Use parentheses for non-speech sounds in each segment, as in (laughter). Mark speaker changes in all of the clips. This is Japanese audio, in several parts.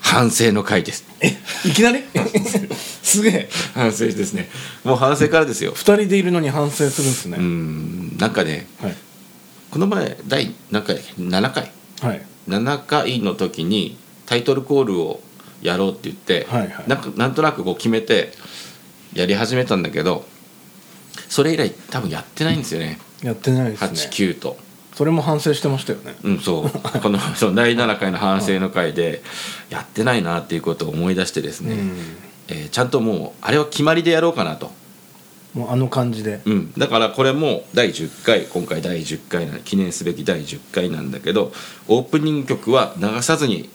Speaker 1: 反省の回です
Speaker 2: (laughs) いきなりすげえ
Speaker 1: 反省ですねもう反省からですよ
Speaker 2: 二人でいるのに反省するんです
Speaker 1: う
Speaker 2: ね、
Speaker 1: んなんかね
Speaker 2: はい
Speaker 1: この前第何回7回
Speaker 2: はい
Speaker 1: 7回の時にタイトルコールをやろうって言って、
Speaker 2: はいはい
Speaker 1: なんかなんとなくこう決めてやり始めたんだけどそれ以来多分やってないんですよね
Speaker 2: やってないですね
Speaker 1: 89と。
Speaker 2: それも反省してましたよね
Speaker 1: うん、そうこの (laughs) そう第7回の反省の回でやってないなっていうことを思い出してですね、
Speaker 2: う
Speaker 1: えーちゃんともうあれは決まりでやろうかなと、
Speaker 2: んもうあの感じで
Speaker 1: うん、だからこれも第10回今回第10回な記念すべき第10回なんだけどオープニング曲は流さずに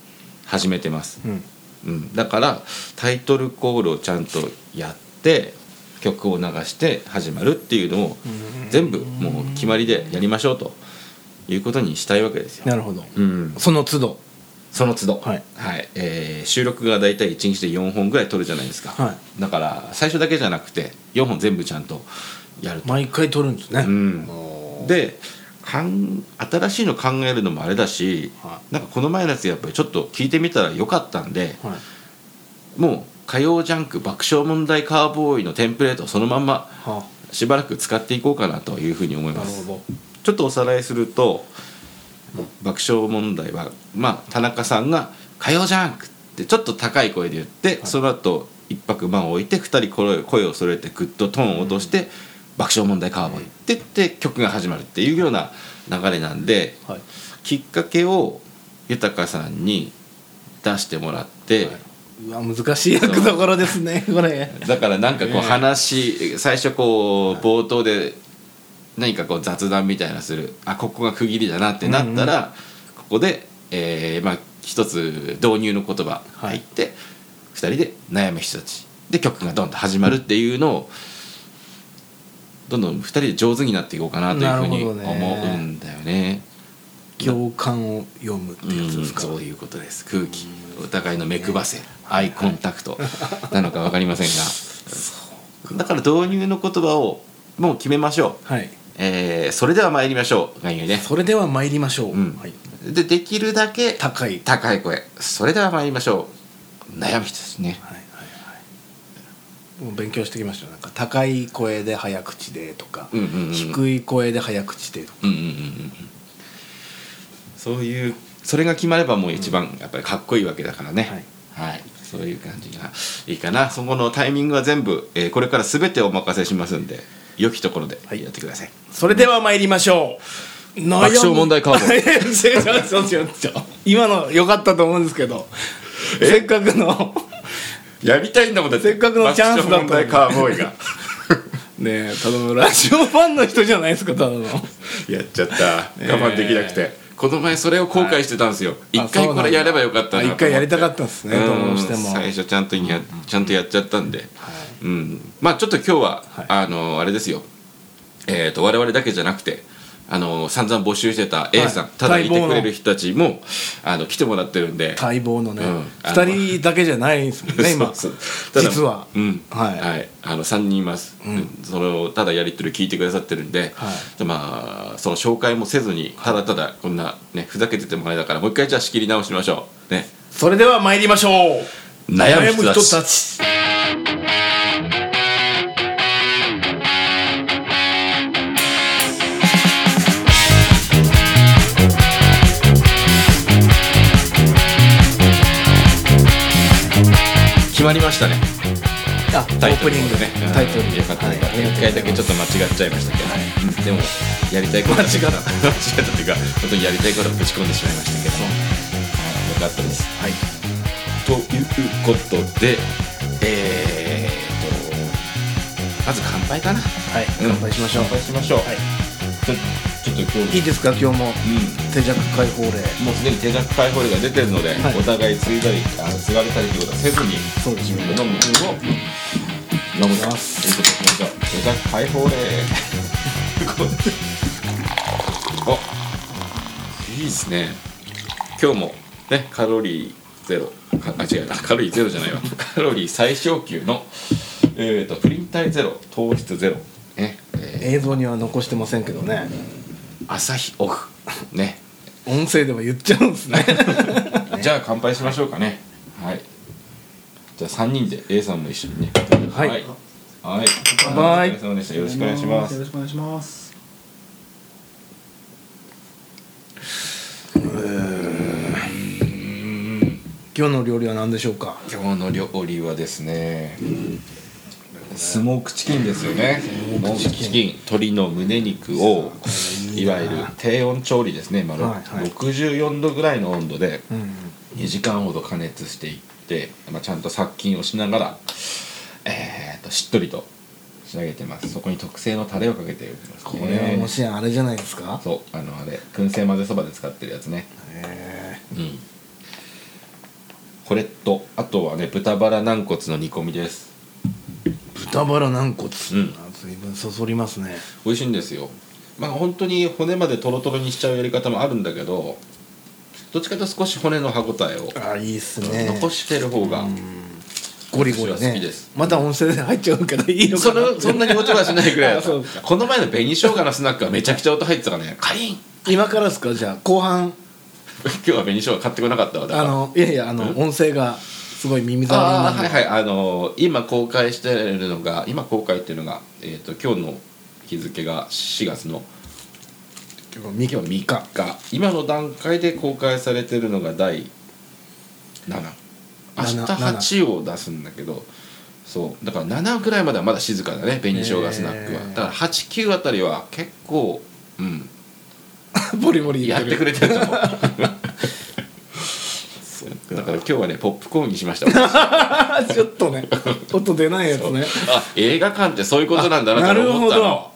Speaker 1: 始めてます、
Speaker 2: うん
Speaker 1: うん、だからタイトルコールをちゃんとやって曲を流して始まるっていうのを全部もう決まりでやりましょうということにしたいわけですよ。
Speaker 2: なるほど、
Speaker 1: うん、
Speaker 2: その都度
Speaker 1: その都度、
Speaker 2: はい
Speaker 1: えー収録が大体1日で4本ぐらい撮るじゃないですか、
Speaker 2: は
Speaker 1: だから最初だけじゃなくて4本全部ちゃんとやると、
Speaker 2: 毎回撮るんですね、
Speaker 1: うん
Speaker 2: おー
Speaker 1: でかん新しいの考えるのもあれだし、
Speaker 2: は
Speaker 1: なんかこの前のやつやっぱりちょっと聞いてみたらよかったんで
Speaker 2: はい、
Speaker 1: もう火曜ジャンク爆笑問題カーボーイのテンプレートをそのまんま
Speaker 2: は
Speaker 1: しばらく使っていこうかなというふうに思い
Speaker 2: あな
Speaker 1: ま
Speaker 2: る
Speaker 1: す
Speaker 2: ほ
Speaker 1: ちょっとおさらいすると爆笑問題は、まあ、田中さんが「火曜ジャンク!」ってちょっと高い声で言って、その後一泊間を置いて二人声声を揃えてグッとトーンを落として「爆笑問題カーボーイ」って言って曲が始まるっていうような流れなんで
Speaker 2: どはい
Speaker 1: きっかけを豊さんに出してもらって。
Speaker 2: うわ難しい役どころです (laughs) ねこれ
Speaker 1: だからなんかこう
Speaker 2: ね
Speaker 1: 話最初こう冒頭で何かこう雑談みたいなのするあここが区切りだなってなったらここでえーまあ一つ導入の言葉入って2人で悩む人たちで曲がどんと始まるっていうのをどんどん2人で上手になっていこうかなというふうに
Speaker 2: なるほ
Speaker 1: 思
Speaker 2: どね
Speaker 1: うんだよね。
Speaker 2: 行間を読むってやつ
Speaker 1: うん
Speaker 2: ですか、
Speaker 1: そういうことです空気お互いの目くばせアイコンタクトなのか分かりませんがだから導入の言葉をもう決めましょう、
Speaker 2: はい
Speaker 1: えーそれでは参りましょうがいいよね
Speaker 2: それでは参りましょう、
Speaker 1: うん
Speaker 2: はい、
Speaker 1: でできるだけ
Speaker 2: 高い
Speaker 1: 高い声それでは参りましょう悩む人ですね
Speaker 2: はいはいはいもう勉強してきましたよなんか高い声で早口でとか、
Speaker 1: うんうんうん
Speaker 2: 低い声で早口でとか
Speaker 1: うんうんうんうんそういうそれが決まればもう一番やっぱりかっこいいわけだからね、はいそういう感じがいいかなそこのタイミングは全部、えーこれから全てお任せしますんで良きところでやってください、
Speaker 2: それでは参りましょう悩む
Speaker 1: 爆笑問題カード
Speaker 2: 違う (laughs) 違う違う違う今の良かったと思うんですけどせっかくの
Speaker 1: やりたいんだもんだって
Speaker 2: せっかくのチャンスだったのに
Speaker 1: 爆笑問題カーボーイが
Speaker 2: ねえただのラジオファンの人じゃないですかただの
Speaker 1: (laughs) やっちゃった我慢できなくて、この前それを後悔してたんですよ一、
Speaker 2: あ
Speaker 1: 回これやればよかったなと思って
Speaker 2: 一回やりたかったですねどうして
Speaker 1: う
Speaker 2: も
Speaker 1: ん最初ちゃんとやちゃんとやっちゃったんで、うん、まあちょっと今日は、
Speaker 2: はい
Speaker 1: あのあれですよ、えー、と我々だけじゃなくてあの散々募集してた A さん、
Speaker 2: はい
Speaker 1: ただい
Speaker 2: 待
Speaker 1: て
Speaker 2: 望の
Speaker 1: くれる人たちもあの来てもらってるんで
Speaker 2: 待望のね、
Speaker 1: うん
Speaker 2: 二人だけじゃないですもんね今
Speaker 1: (laughs) そうそうただ
Speaker 2: 実は
Speaker 1: うん
Speaker 2: はい
Speaker 1: あの3人います、そのただやり取り聞いてくださってるんで、
Speaker 2: はい
Speaker 1: まあその紹介もせずにただただこんな、ね、ふざけててもあれだからもう一回じゃあ仕切り直しましょうね
Speaker 2: それでは参りましょう
Speaker 1: 悩む人たち
Speaker 2: ち
Speaker 1: 決まりましたね
Speaker 2: あオ
Speaker 1: タイ
Speaker 2: ー
Speaker 1: ト
Speaker 2: プ
Speaker 1: ル
Speaker 2: ニングねタイトル
Speaker 1: よかった
Speaker 2: はい
Speaker 1: よかった一回だけちょっと間違っちゃいましたけど、うんでもやりたいこと間違った間違ったというか本当にやりたいことをぶち込んでしまいましたけどよかったです
Speaker 2: はい
Speaker 1: ということでえー、とまず乾杯かな
Speaker 2: はい乾杯しましょう
Speaker 1: 乾杯しましょう、
Speaker 2: はい
Speaker 1: ちょちょっと今
Speaker 2: い
Speaker 1: 日
Speaker 2: いですか今日も
Speaker 1: うん
Speaker 2: 手弱解放令
Speaker 1: もうすでに定着解放令が出てるので、
Speaker 2: はい
Speaker 1: お互い継いだりあの継がれたりということはせずに
Speaker 2: そうです
Speaker 1: 自分
Speaker 2: ね
Speaker 1: の飲む分を飲むということでしましょう定着解放令
Speaker 2: (laughs)
Speaker 1: おいいですね今日もねカロリーゼロかあ違うなカロリーゼロじゃないわ (laughs) カロリー最小級のえー、とプリン体ゼロ糖質ゼロね、え
Speaker 2: 映像には残してませんけどね
Speaker 1: ー、朝日オフね
Speaker 2: 音声でも言っちゃうんですね
Speaker 1: じゃあ乾杯しましょうかね。はいじゃあ3人で A さんも一緒にね
Speaker 2: はい
Speaker 1: はい、はい
Speaker 2: 乾杯
Speaker 1: お疲れ様でしたよろしくお願いします
Speaker 3: よろしくお願いします
Speaker 2: 今日の料理は何でしょうか
Speaker 1: 今日の料理はですねスモークチキンですよねスモークチキン鶏の胸肉をいわゆる低温調理ですね、まあ
Speaker 2: はいはい
Speaker 1: 64度ぐらいの温度で
Speaker 2: うん
Speaker 1: 2時間ほど加熱していって、まあ、ちゃんと殺菌をしながら、えー、としっとりと仕上げてますそこに特製のタレをかけております
Speaker 2: これはもしやあれじゃないですか
Speaker 1: そうあのあれ燻製混ぜそばで使ってるやつね
Speaker 2: え
Speaker 1: うんこれとあとはね豚バラ軟骨の煮込みです
Speaker 2: ー豚バラ軟骨
Speaker 1: うん
Speaker 2: あ随分そそりますね
Speaker 1: 美味しいんですよまあ本当に骨までトロトロにしちゃうやり方もあるんだけどどっちかというと少し骨の歯応えを
Speaker 2: あいいっすね
Speaker 1: 残してる方が、
Speaker 2: ゴリゴリ
Speaker 1: 私は好き
Speaker 2: ね
Speaker 1: です
Speaker 2: また温泉で入っちゃうからいいの
Speaker 1: そ
Speaker 2: かな
Speaker 1: のそんなに落ち葉しないぐらいだった
Speaker 2: (laughs) あそうです
Speaker 1: この前の紅生姜のスナックはめちゃくちゃ音入ってたからねカリン (laughs)
Speaker 2: 今からですかじゃあ後半
Speaker 1: 今日は紅生姜買ってこなかったわだか
Speaker 2: あ
Speaker 1: ら
Speaker 2: のいやいやあの音声がすごい耳障りにな
Speaker 1: あ
Speaker 2: る
Speaker 1: ーはいはいあのー今公開してるのが今公開っていうのが、えー、と今日の日付が4月の
Speaker 2: 今日
Speaker 1: 今日3日 (laughs) 今の段階で公開されてるのが第7明日
Speaker 2: 7
Speaker 1: 8を出すんだけどそうだから7ぐらいまではまだ静かだね紅生姜スナックは、
Speaker 2: へー
Speaker 1: だから89あたりは結構うん
Speaker 2: ボリボリ
Speaker 1: や
Speaker 2: 言
Speaker 1: ってくれてると思うだから今日はねポップコーンにしました
Speaker 2: あ (laughs) ちょっとね音出ないやつね
Speaker 1: あ映画館ってそういうことなんだな
Speaker 2: あ
Speaker 1: と思った
Speaker 2: なる
Speaker 1: の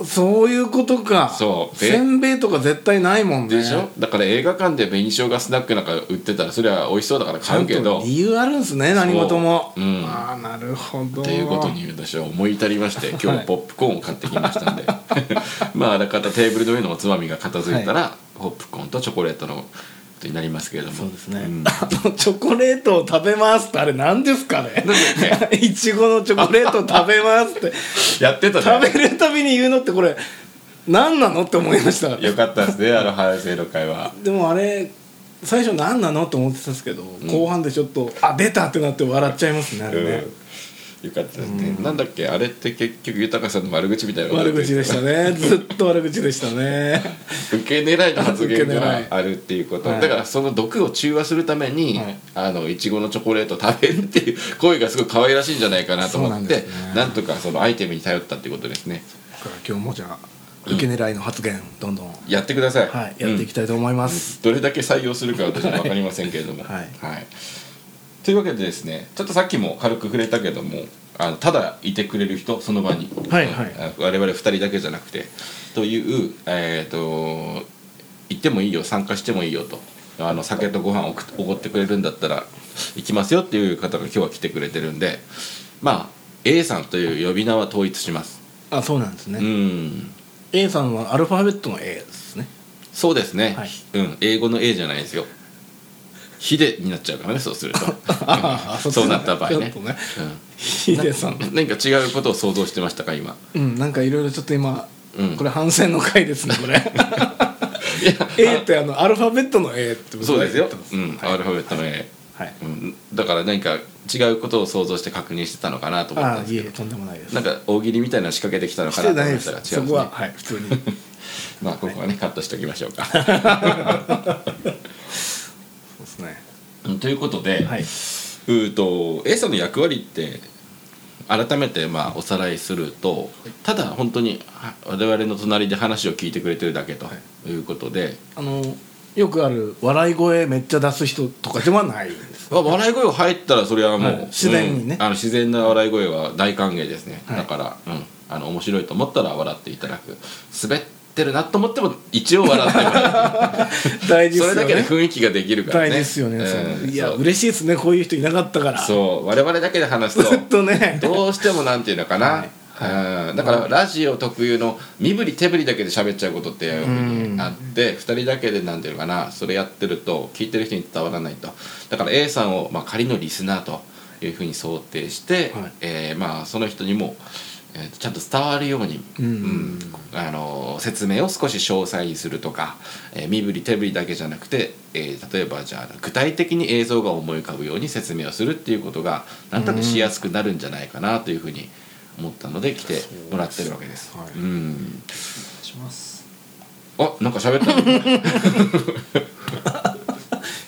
Speaker 1: うん
Speaker 2: そういうことか
Speaker 1: そう
Speaker 2: せんべいとか絶対ないもんね
Speaker 1: でしょ、だから映画館で紅生姜スナックなんか売ってたらそれは美味しそうだから
Speaker 2: ちゃ
Speaker 1: 買
Speaker 2: ん
Speaker 1: うけ
Speaker 2: と
Speaker 1: どっ
Speaker 2: 理由あるんすね何事も、
Speaker 1: そううん
Speaker 2: ああなるほど
Speaker 1: ていうことに私は思い至りまして今
Speaker 2: は
Speaker 1: 日
Speaker 2: い
Speaker 1: ポップコーンを買ってきましたん
Speaker 2: (laughs)
Speaker 1: でまああらかたテーブルの上のおつまみが片付いたら、ポップコーンとチョコレートのことになりますけれども
Speaker 2: そうですね、
Speaker 1: ん
Speaker 2: あのチョコレートを食べますってあれ何ですかね
Speaker 1: なん
Speaker 2: (laughs)
Speaker 1: か
Speaker 2: いちごのチョコレートを食べます
Speaker 1: (laughs)
Speaker 2: って
Speaker 1: やってた
Speaker 2: 食
Speaker 1: ね
Speaker 2: べるたびに言うのってこれ何なのって思いました
Speaker 1: よかったですねあの反省の会は
Speaker 2: でもあれ最初何なのと思ってたんですけど、後半でちょっとあ出たってなって笑っちゃいますねあれね、
Speaker 1: よかったですね、なんだっけあれって結局豊さんの悪口みたいなこと
Speaker 2: 悪口でしたねずっと悪口でしたね
Speaker 1: 受け狙いの発言が
Speaker 2: 受け狙い
Speaker 1: あるっていうこと、
Speaker 2: はい
Speaker 1: だからその毒を中和するために、
Speaker 2: はい
Speaker 1: あのいちごのチョコレートを食べるっていう声がすごい可愛らしいんじゃないかなと
Speaker 2: そう
Speaker 1: 思
Speaker 2: な
Speaker 1: っ
Speaker 2: ん
Speaker 1: て
Speaker 2: で
Speaker 1: な,、
Speaker 2: すね
Speaker 1: んとかそのアイテムに頼ったっていうことですね
Speaker 2: だから今日もじゃあ受け狙いの発言どんどん、
Speaker 1: やってください、
Speaker 2: はい、やっていき
Speaker 1: うん
Speaker 2: たいと思います、
Speaker 1: どれだけ採用するか私は分かりませんけれども
Speaker 2: (laughs) はい
Speaker 1: というわけでですねちょっとさっきも軽く触れたけどもあのただいてくれる人その場に、
Speaker 2: はいはい
Speaker 1: あ我々2人だけじゃなくてという、えー、と行ってもいいよ参加してもいいよとあの酒とご飯を送っおごってくれるんだったら行きますよっていう方が今日は来てくれてるんでまあ A さんという呼び名は統一します。
Speaker 2: あそうなんですね、
Speaker 1: うん
Speaker 2: A さんはアルファベットの A ですね
Speaker 1: そうですね、
Speaker 2: はい
Speaker 1: うん、英語の A じゃないですよヒデになっちゃうからねそうする
Speaker 2: (laughs)
Speaker 1: と
Speaker 2: あ
Speaker 1: そうなった場合
Speaker 2: ちょ
Speaker 1: ね
Speaker 2: っとね
Speaker 1: う
Speaker 2: ヒデさん
Speaker 1: ん、何か違うことを想像してましたか今
Speaker 2: うんなんかいろいろちょっと今、
Speaker 1: うん
Speaker 2: これ反省の回ですねこれ
Speaker 1: いや
Speaker 2: (laughs) A ってあのアルファベットの A ってこと
Speaker 1: そうですよ、う
Speaker 2: 言っ
Speaker 1: ん
Speaker 2: てます
Speaker 1: アルファベットの A、
Speaker 2: はい
Speaker 1: うん、だから何か違うことを想像して確認してたのかなと思った
Speaker 2: あ
Speaker 1: んで
Speaker 2: い
Speaker 1: す
Speaker 2: え
Speaker 1: けど
Speaker 2: とんでもないです
Speaker 1: なんか大喜利みたいなの仕掛けてきたの
Speaker 2: し
Speaker 1: かな
Speaker 2: て
Speaker 1: と
Speaker 2: ない
Speaker 1: 思
Speaker 2: で
Speaker 1: っ
Speaker 2: す
Speaker 1: たら違うんです
Speaker 2: そこ
Speaker 1: ね
Speaker 2: ははい普通 (laughs) に
Speaker 1: まあここはねカットしておきましょう
Speaker 2: (laughs)
Speaker 1: か
Speaker 2: そうですね
Speaker 1: うんということで、
Speaker 2: はいう
Speaker 1: ーと A さんの役割って改めてまあおさらいするとただ本当には我々の隣で話を聞いてくれてるだけということで、
Speaker 2: あのよくある笑い声めっちゃ出す人とかではないん (laughs) です
Speaker 1: まあ笑い声が入ったらそれはもう、
Speaker 2: はい自然にね
Speaker 1: うんあの自然な笑い声は大歓迎ですね、
Speaker 2: はい
Speaker 1: だから、うん、あの面白いと思ったら笑っていただく滑ってるなと思っても一応笑ってもら
Speaker 2: (laughs) 大
Speaker 1: う
Speaker 2: 事
Speaker 1: それ
Speaker 2: ですよ
Speaker 1: だけで
Speaker 2: ね
Speaker 1: 雰囲気ができるからね
Speaker 2: 大事ですよね、
Speaker 1: うん
Speaker 2: そのいや
Speaker 1: そう
Speaker 2: 嬉しいですねこういう人いなかったからず
Speaker 1: そう我々だけで話すと
Speaker 2: (laughs) っとね
Speaker 1: どうしてもなんていうのかな、
Speaker 2: はい
Speaker 1: うんだからラジオ特有の身振り手振りだけで喋っちゃうことってよく
Speaker 2: うん
Speaker 1: あって2人だけでなんていうのかなそれやってると聞いてる人に伝わらないとだから A さんをまあ仮のリスナーというふうに想定して、
Speaker 2: はい
Speaker 1: えーまあその人にもえーとちゃんと伝わるように、
Speaker 2: うん
Speaker 1: あの説明を少し詳細にするとか、えー身振り手振りだけじゃなくて、えー例えばじゃあ具体的に映像が思い浮かぶように説明をするっていうことがなんとなくしやすくなるんじゃないかなというふうに思ったので来てもらってるわけです。
Speaker 2: そうです
Speaker 1: う
Speaker 2: ね
Speaker 1: ん
Speaker 3: します
Speaker 1: あなんか喋ったね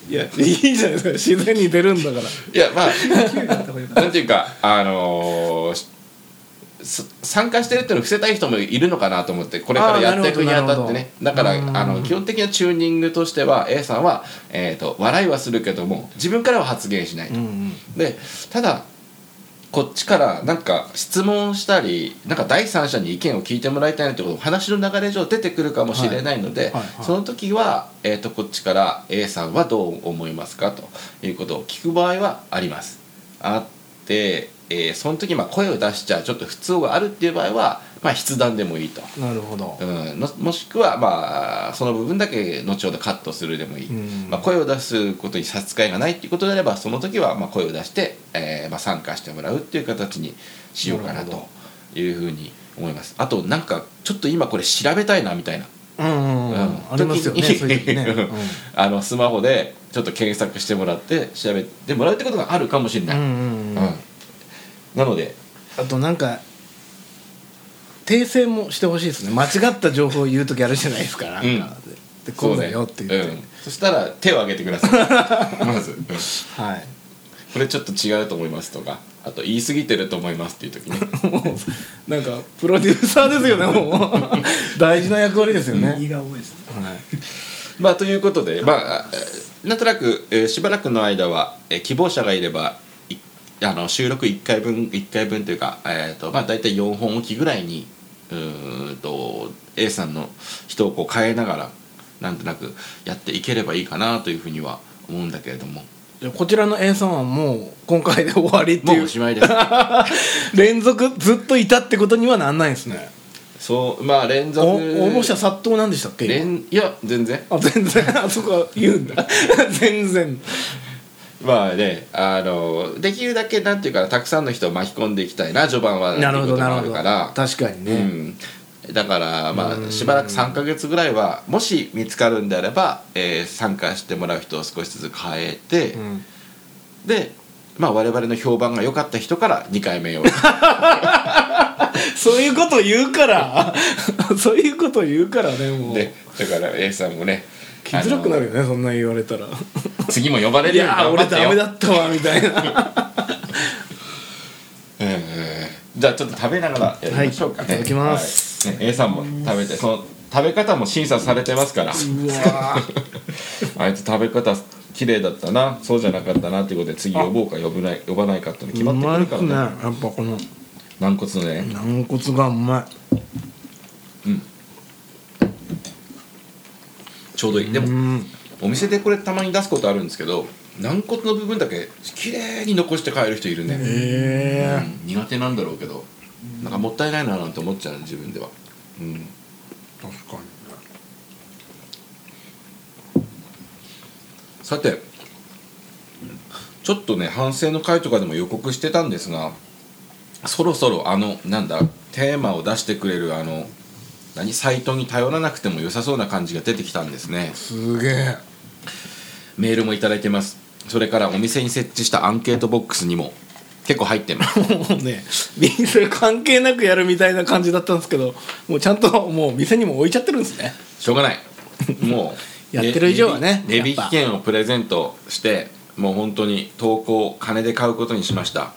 Speaker 2: いやいいじゃないですか自然に出るんだから
Speaker 1: いやまあ
Speaker 3: 9だった方が
Speaker 2: (laughs)
Speaker 3: よかっ
Speaker 1: なんていうかあのーしさ参加してるっていうのを伏せたい人もいるのかなと思ってこれからやっていくにあたってね
Speaker 2: あー
Speaker 1: だから
Speaker 2: なるほど
Speaker 1: あの基本的なチューニングとしては A さんは、えー、と笑いはするけども自分からは発言しないと、
Speaker 2: ん
Speaker 1: でただこっちからなんか質問したりなんか第三者に意見を聞いてもらいたいなってことも話の流れ上出てくるかもしれないので、
Speaker 2: いはいはい
Speaker 1: その時は、えー、とこっちから A さんはどう思いますかということを聞く場合はあります。あって、えーその時まあ声を出しちゃうちょっと不都合があるっていう場合は、まあ、筆談でもいいと。
Speaker 2: なるほど
Speaker 1: うん、のもしくは、まあ、その部分だけ後ほどカットするでもいい、
Speaker 2: うん
Speaker 1: まあ、声を出すことに差し支えがないっていうことであればその時はまあ声を出して、えーまあ、参加してもらうっていう形にしようかな
Speaker 2: なる
Speaker 1: と
Speaker 2: ほ
Speaker 1: いうふうに思いますあとなんかちょっと今これ調べたいなみたいな、
Speaker 2: うんうんうん、
Speaker 1: うん
Speaker 2: ありますよね
Speaker 1: 時に
Speaker 2: そういう時 (laughs) ね、うん
Speaker 1: (laughs) あのスマホでちょっと検索してもらって調べてもらうってことがあるかもしれ
Speaker 2: う
Speaker 1: ない、
Speaker 2: んうんうん
Speaker 1: うんなので
Speaker 2: あとなんか訂正もしてほしいですね間違った情報を言う時あるじゃないですかなん
Speaker 1: う
Speaker 2: か、
Speaker 1: ん
Speaker 2: でこうだよって言って、
Speaker 1: そうねうん、そしたら手を挙げてくださ
Speaker 2: (laughs)
Speaker 1: いまず、うん
Speaker 2: はい
Speaker 1: これちょっと違うと思いますとかあと言い過ぎてると思いますっていう時ね (laughs)
Speaker 2: もうなんかプロデューサーです (laughs) よねもう大事な役割ですよ
Speaker 3: た
Speaker 2: ね、
Speaker 3: 胃が重いですね
Speaker 2: はい、
Speaker 1: まあということでまあえーなんとなく、えーしばらくの間は、えー希望者がいればいあの収録1回分1回分というか、えーとまあ、大体4本置きぐらいにうーんと A さんの人をこう変えながらなんとなくやっていければいいかなというふうには思うんだけれども
Speaker 2: じゃあこちらの A さんはもう今回で終わりって
Speaker 1: も
Speaker 2: いう
Speaker 1: おしまいです
Speaker 2: う (laughs) 連続ずっといたってことにはなんないんですね
Speaker 1: そうまあ連
Speaker 2: お
Speaker 1: 続
Speaker 2: 応募者殺到なんでしたっけ今
Speaker 1: 連いや全然
Speaker 2: あ全然 (laughs) あそこは言うんだ (laughs) 全然
Speaker 1: まあねあのできるだけなんていうかなたくさんの人を巻き込んでいきたいな序盤は
Speaker 2: なるほど
Speaker 1: っていう
Speaker 2: な
Speaker 1: ことも
Speaker 2: るほど
Speaker 1: あるから
Speaker 2: 確かに
Speaker 1: う
Speaker 2: ね、
Speaker 1: んだからまあしばらく3か月ぐらいはもし見つかるんであれば、えー参加してもらう人を少しずつ変えて、
Speaker 2: うん
Speaker 1: でまあ我々の評判が良かった人から2回目を
Speaker 2: (laughs) そういうこと言うから (laughs) そういうこと言うからねもう
Speaker 1: でだから A さんもね
Speaker 2: 気づらくなる
Speaker 1: あ
Speaker 2: よねそんな言われたら
Speaker 1: の次も呼ばれ
Speaker 2: い
Speaker 1: るように
Speaker 2: やー
Speaker 1: 頑張
Speaker 2: 俺
Speaker 1: って
Speaker 2: ダ
Speaker 1: よ
Speaker 2: メだったわみたい (laughs) な
Speaker 1: うんうんじゃあちょっと食べながらやりましょうかね、
Speaker 2: はいいただきます
Speaker 1: はいね A さんも食べてその食べ方も審査されてますから
Speaker 2: うわ
Speaker 1: (laughs)
Speaker 2: ー
Speaker 1: あいつ食べ方綺麗だったなそうじゃなかったなっていうことで次呼ぼうか呼ぶない呼ばないかっての決ま
Speaker 2: うま
Speaker 1: っ
Speaker 2: いって
Speaker 1: く
Speaker 2: す
Speaker 1: る
Speaker 2: ね
Speaker 1: から
Speaker 2: や
Speaker 1: ね
Speaker 2: っぱこの
Speaker 1: 軟骨のね
Speaker 2: 軟骨がうま
Speaker 1: ちょうどいいで
Speaker 2: い
Speaker 1: も
Speaker 2: ん
Speaker 1: お店でこれたまに出すことあるんですけど軟骨の部分だけ綺麗に残して帰る人いるね、う
Speaker 2: え
Speaker 1: ん、苦手なんだろうけどなんかもったいないななんて思っちゃう自分ではうん
Speaker 2: ー、確か
Speaker 1: さてちょっとね反省の回とかでも予告してたんですがそろそろあのなんだテーマを出してくれるあの何サイトに頼らなくても良さそうな感じが出てきたんですね
Speaker 2: にすげえ
Speaker 1: メールもいただいてますそれからお店に設置したアンケートボックスにも結構入ってます
Speaker 2: もうね店関係なくやるみたいな感じだったんですけどもうちゃんともう店にも置いちゃってるんですね
Speaker 1: しょうがないもう
Speaker 2: (laughs) やってる以上はね
Speaker 1: レビ
Speaker 2: やっぱ
Speaker 1: 引き券をプレゼントしてもう本当に投稿金で買うことにしました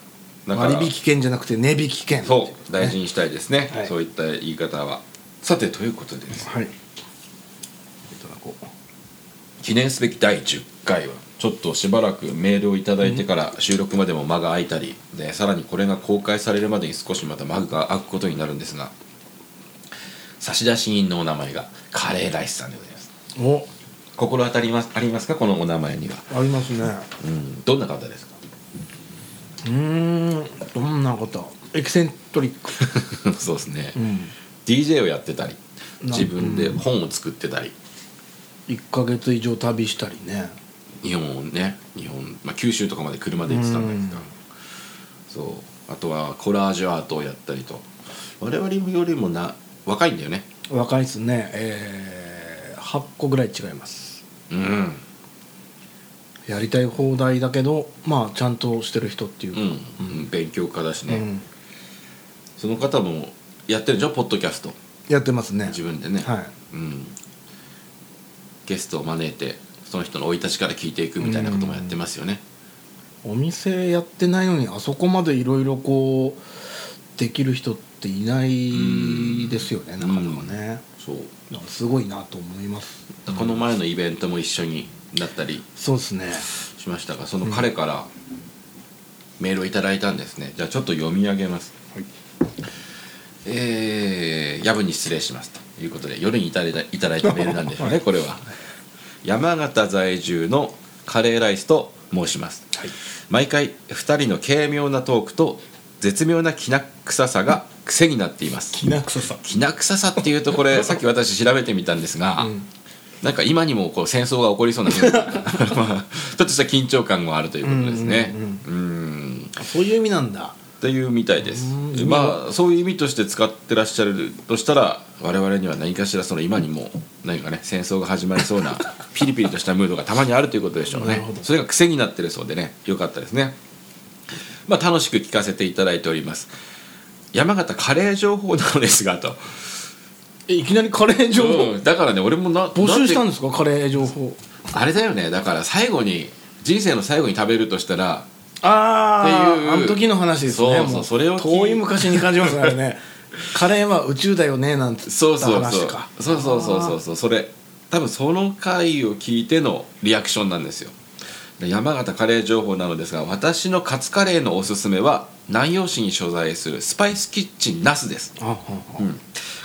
Speaker 1: だから
Speaker 2: 割引券じゃなくて値引券
Speaker 1: そう大事にしたいですね、
Speaker 2: はい
Speaker 1: そういった言い方はさてということでですね
Speaker 2: はいいただこう
Speaker 1: 記念すべき第10回はちょっとしばらくメールをいただいてから収録までも間が空いたりでさらにこれが公開されるまでに少しまた間が空くことになるんですが差出人のお名前がカレーライスさんでございます
Speaker 2: お
Speaker 1: 心当たりますありますかこのお名前には、
Speaker 2: ありますね
Speaker 1: うん、どんな方
Speaker 2: (laughs)
Speaker 1: ですか
Speaker 2: うーんどんなことエキセントリッ (laughs) ク、
Speaker 1: そうですね、
Speaker 2: うん、
Speaker 1: DJ をやってたり
Speaker 2: な
Speaker 1: 自分で本を作ってたり
Speaker 2: 1か月以上旅したりね
Speaker 1: 日本をね日本、まあ、九州とかまで車で行ってたんだけど、そうあとはコラージュアートをやったりと我々よりもな若いんだよね
Speaker 2: 若いですねえー、8個ぐらい違います
Speaker 1: うん
Speaker 2: やりたい放題だけどまあちゃんとしてる人っていう
Speaker 1: う
Speaker 2: か
Speaker 1: ん、うん、勉強家だしね、
Speaker 2: うん
Speaker 1: その方もやってるじゃんポッドキャスト
Speaker 2: やってますね
Speaker 1: 自分でね、
Speaker 2: はい
Speaker 1: うん、ゲストを招いてその人の生い立ちから聞いていくみたいなこともやってますよね、
Speaker 2: お店やってないのにあそこまでいろいろこうできる人っていないですよねなかなかね
Speaker 1: そう
Speaker 2: だからすごいなと思います
Speaker 1: この前のイベントも一緒になったり
Speaker 2: そうですね
Speaker 1: しましたがその彼からメールをいただいたんですねじゃあちょっと読み上げます、
Speaker 2: はい
Speaker 1: えー夜分に失礼しますということで夜にいただいたいただいたメールなんですね、これは山形在住のカレーライスと申します、毎回2人の軽妙なトークと絶妙なきな臭さが癖になっています
Speaker 2: きな臭さ
Speaker 1: きな臭さっていうとこれさっき私調べてみたんですが、
Speaker 2: うん
Speaker 1: なんか今にもこう戦争が (laughs) 起こりそうなまあちょっとした緊張感もあるということですね。うん
Speaker 2: そういう意味なんだ
Speaker 1: というみたいです
Speaker 2: うん。
Speaker 1: まあそういう意味として使ってらっしゃるとしたら我々には何かしらその今にも何かね戦争が始まりそう
Speaker 2: (laughs)
Speaker 1: なピリピリとしたムードがたまにあるということでしょう
Speaker 2: な
Speaker 1: ね
Speaker 2: るほど。
Speaker 1: それが癖になってるそうでねよかったですね。まあ楽しく聞かせていただいております。山形カレー情報なのですがと。
Speaker 2: えいきなりカレー情報
Speaker 1: うんだからね俺もな
Speaker 2: 募集した
Speaker 1: なん
Speaker 2: ん
Speaker 1: で
Speaker 2: ですかカレー情報
Speaker 1: あれだよねだから最後に人生の最後に食べるとしたら
Speaker 2: あ
Speaker 1: っていう
Speaker 2: ああの時の話ですね
Speaker 1: そうそう
Speaker 2: も
Speaker 1: それを聞い
Speaker 2: 遠い昔に感じますねあ
Speaker 1: (laughs)
Speaker 2: れねカレーは宇宙だよねなんて
Speaker 1: そうそう
Speaker 2: 話
Speaker 1: そう
Speaker 2: か
Speaker 1: そうそうそうそうそうそれ多分その回を聞いてのリアクションなんですよで山形カレー情報なのですが私のカツカレーのおすすめは南陽市に所在するスパイスキッチンナスです
Speaker 2: あああ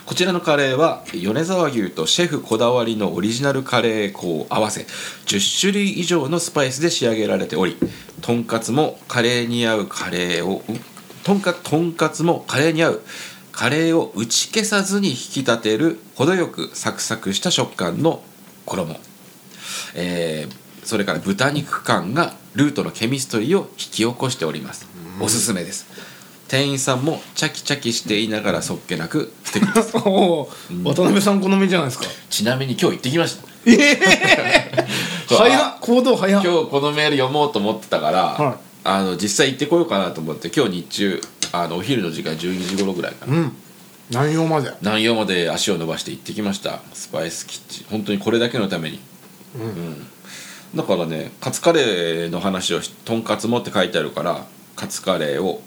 Speaker 1: こちらのカレーは米沢牛とシェフこだわりのオリジナルカレー粉を合わせ10種類以上のスパイスで仕上げられておりとんかつもカレーに合うカレーをんとんかとんかつもカレーに合うカレーを打ち消さずに引き立てる程よくサクサクした食感の衣、えーそれから豚肉感がルートのケミストリーを引き起こしておりますおすすめです店員さんもチャキチャキしていながらそっけなく素敵です
Speaker 2: あおー渡辺さん好みじゃないですか
Speaker 1: ちなみに今日行ってきました
Speaker 2: ええ
Speaker 1: (laughs)
Speaker 2: 早っ行動早っ
Speaker 1: 今日このメール読もうと思ってたから、
Speaker 2: はい
Speaker 1: あの実際行ってこようかなと思って今日日中あのお昼の時間12時頃ぐらいかな、
Speaker 2: うん内容まで
Speaker 1: 南陽まで足を伸ばして行ってきましたスパイスキッチン本当にこれだけのために
Speaker 2: うん
Speaker 1: うんだからねカツカレーの話をしとんかつもって書いてあるからカツカレーを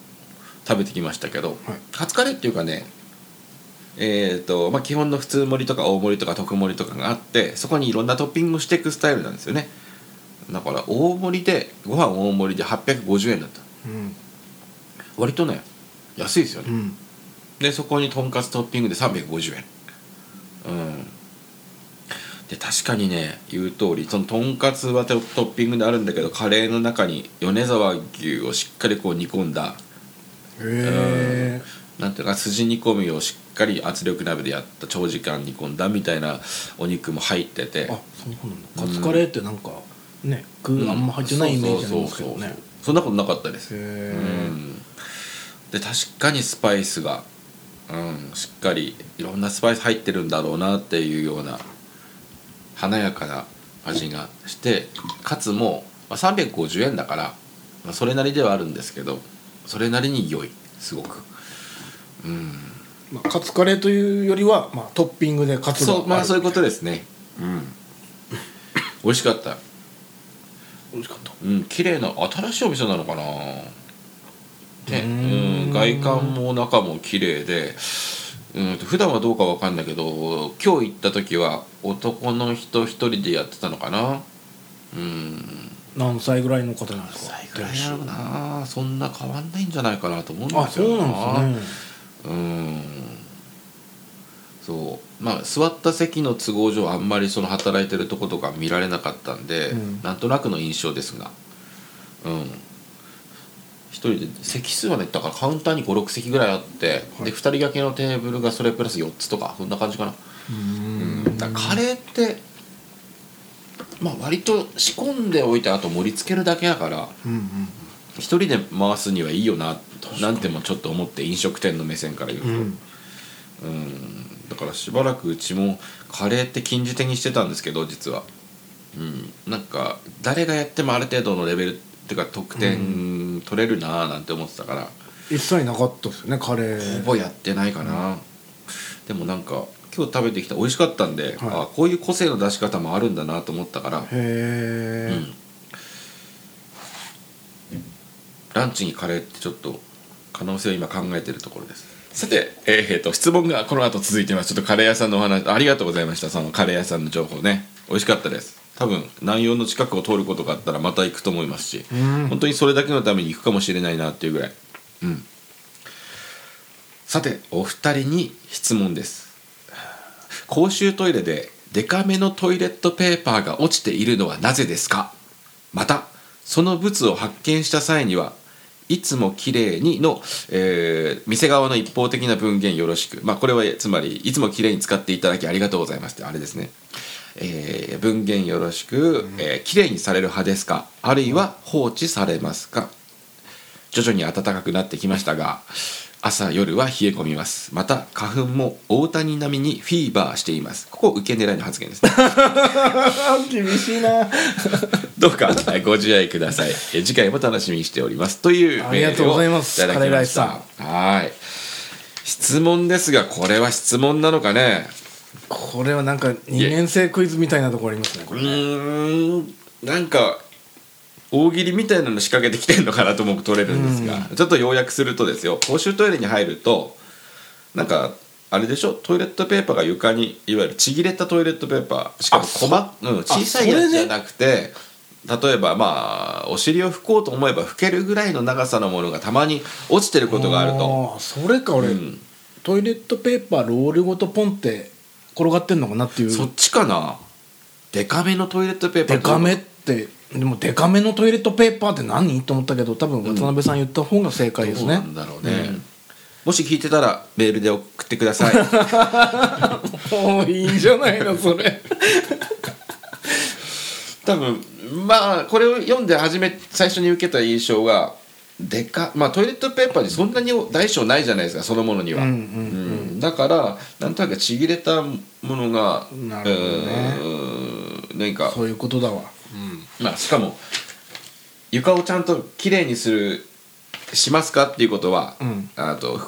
Speaker 1: 食べてきましたけど、カツカレーっていうかねえーとまあ、基本の普通盛りとか大盛りとか特盛りとかがあってそこにいろんなトッピングしていくスタイルなんですよねだから大盛りでご飯大盛りで850円だった
Speaker 2: うん
Speaker 1: 割とね安いですよね
Speaker 2: うん
Speaker 1: でそこにとんかつトッピングで350円うんで確かにね言う通りそのとんかつはトトッピングであるんだけどカレーの中に米沢牛をしっかりこう煮込んだ
Speaker 2: へえ
Speaker 1: なんていうか筋煮込みをしっかり圧力鍋でやった長時間煮込んだみたいなお肉も入ってて
Speaker 2: あそうなんだカツカレーってなんかね具あんま入ってないイメージありますけど
Speaker 1: そうそうそう
Speaker 2: ね
Speaker 1: そうそんなことなかったです
Speaker 2: へ
Speaker 1: うんで確かにスパイスが、うん、しっかりいろんなスパイス入ってるんだろうなっていうような華やかな味がしてかつもう、まあ、350円だから、まあ、それなりではあるんですけどそれなりに良いすごく
Speaker 2: えカツカレーというよりはまあトッピングでカツが
Speaker 1: そうまあそういうこと
Speaker 2: で
Speaker 1: ですね (laughs) うん美味しかった
Speaker 2: 美味しかった
Speaker 1: うん綺麗な新しいお店なのかなでう
Speaker 2: うーん
Speaker 1: ん外観も中も綺麗でうん普段はどうかわかんないけど今日行った時は男の人一人でやってたのかなうん
Speaker 2: 何歳ぐらいの方なんですか
Speaker 1: 最ぐらいだろうなそんな変わんないんじゃないかなと思うん
Speaker 2: あ
Speaker 1: です
Speaker 2: そ
Speaker 1: よ
Speaker 2: うなんですね
Speaker 1: うんそうまあ座った席の都合上あんまりその働いてるとことか見られなかったんで、
Speaker 2: うん
Speaker 1: なんとなくの印象ですがうん一人で席数はねだからカウンターに56席ぐらいあって、
Speaker 2: はい
Speaker 1: で2人掛けのテーブルがそれプラス4つとかそんな感じかな、
Speaker 2: う
Speaker 1: うん
Speaker 2: ん
Speaker 1: だからカレーってまあ割と仕込んでおいてあと盛り付けるだけだから
Speaker 2: うんうん
Speaker 1: 一人で回すにはいいよななんてもちょっと思って飲食店の目線から言うと、
Speaker 2: うん
Speaker 1: うんだからしばらくうちもカレーって禁じ手にしてたんですけど実は、うん、なんか誰がやってもある程度のレベルっていうか得点取れるなーなんて思ってたから、
Speaker 2: 一切なかったですよねカレ
Speaker 1: ほ
Speaker 2: ー
Speaker 1: ぼやってないかな、でもなんか今日食べてきた美味しかったんで、
Speaker 2: はい
Speaker 1: あこういう個性の出し方もあるんだなと思ったから、
Speaker 2: へえ、
Speaker 1: うんランチにカレーってちょっと可能性を今考えてるところですさて、えーえーと質問がこの後続いてますちょっとカレー屋さんのお話ありがとうございましたそのカレー屋さんの情報ね美味しかったです多分南陽の近くを通ることがあったらまた行くと思いますし、
Speaker 2: ん
Speaker 1: 本当にそれだけのために行くかもしれないなっていうぐらいうんさてお二人に質問です公衆トイレでデカめのトイレットペーパーが落ちているのはなぜですかまたその物を発見した際にはいつも綺麗にの、えー店側の一方的な文言よろしく、まあ、これはつまりいつも綺麗に使っていただきありがとうございますってあれですね、えー文言よろしく、えー綺麗にされる派ですかあるいは放置されますか徐々に暖かくなってきましたが朝夜は冷え込みますまた花粉も大谷並みにフィーバーしていますここ受け狙いの発言ですね (laughs)
Speaker 2: 厳しいな
Speaker 1: どうかえご自愛くださいえ次回も楽しみにしておりますというメ
Speaker 2: ありが
Speaker 1: ー
Speaker 2: とう
Speaker 1: ル
Speaker 2: ご
Speaker 1: を
Speaker 2: ざ
Speaker 1: い
Speaker 2: い
Speaker 1: ただきま
Speaker 2: ますカレーライス
Speaker 1: し
Speaker 2: さ
Speaker 1: た
Speaker 2: ん
Speaker 1: はい質問ですがこれは質問なのかね
Speaker 2: これはなんか2年生クイズみたいなところありますねこ
Speaker 1: う
Speaker 2: れ
Speaker 1: ーんなんか大喜利みたいなの仕掛けてきてるのかなとも取れるんですが、ちょっと要約するとですよ公衆トイレに入るとなんかあれでしょトイレットペーパーが床にいわゆるちぎれたトイレットペーパーしかも小,、うん、小さいやつじゃなくて、例えばまあお尻を拭こうと思えば拭けるぐらいの長さのものがたまに落ちてることがあると。
Speaker 2: あーそれか俺、
Speaker 1: うん
Speaker 2: トイレットペーパーロールごとポンって転がってんのかなっていう
Speaker 1: そっちかなデカめのトイレットペーパー
Speaker 2: デ
Speaker 1: ってこと
Speaker 2: カめってでもデカめのトイレットペーパーって何と思ったけど多分渡辺さん言った方が正解ですね、
Speaker 1: どうなんだ (laughs) ろうね、もし聞いてたらメールで送ってください
Speaker 2: もういいじゃないのそれ
Speaker 1: (laughs) 多分まあこれを読んで初め最初に受けた印象がでかまあトイレットペーパーにそんなに大小ないじゃないですかそのものには、
Speaker 2: うんうんうん
Speaker 1: うんだからなんとなくちぎれたものが
Speaker 2: なるほどね
Speaker 1: うん何か
Speaker 2: そういうことだわ
Speaker 1: まあ、しかも床をちゃんときれいにするしますかっていうことは、
Speaker 2: うん
Speaker 1: あと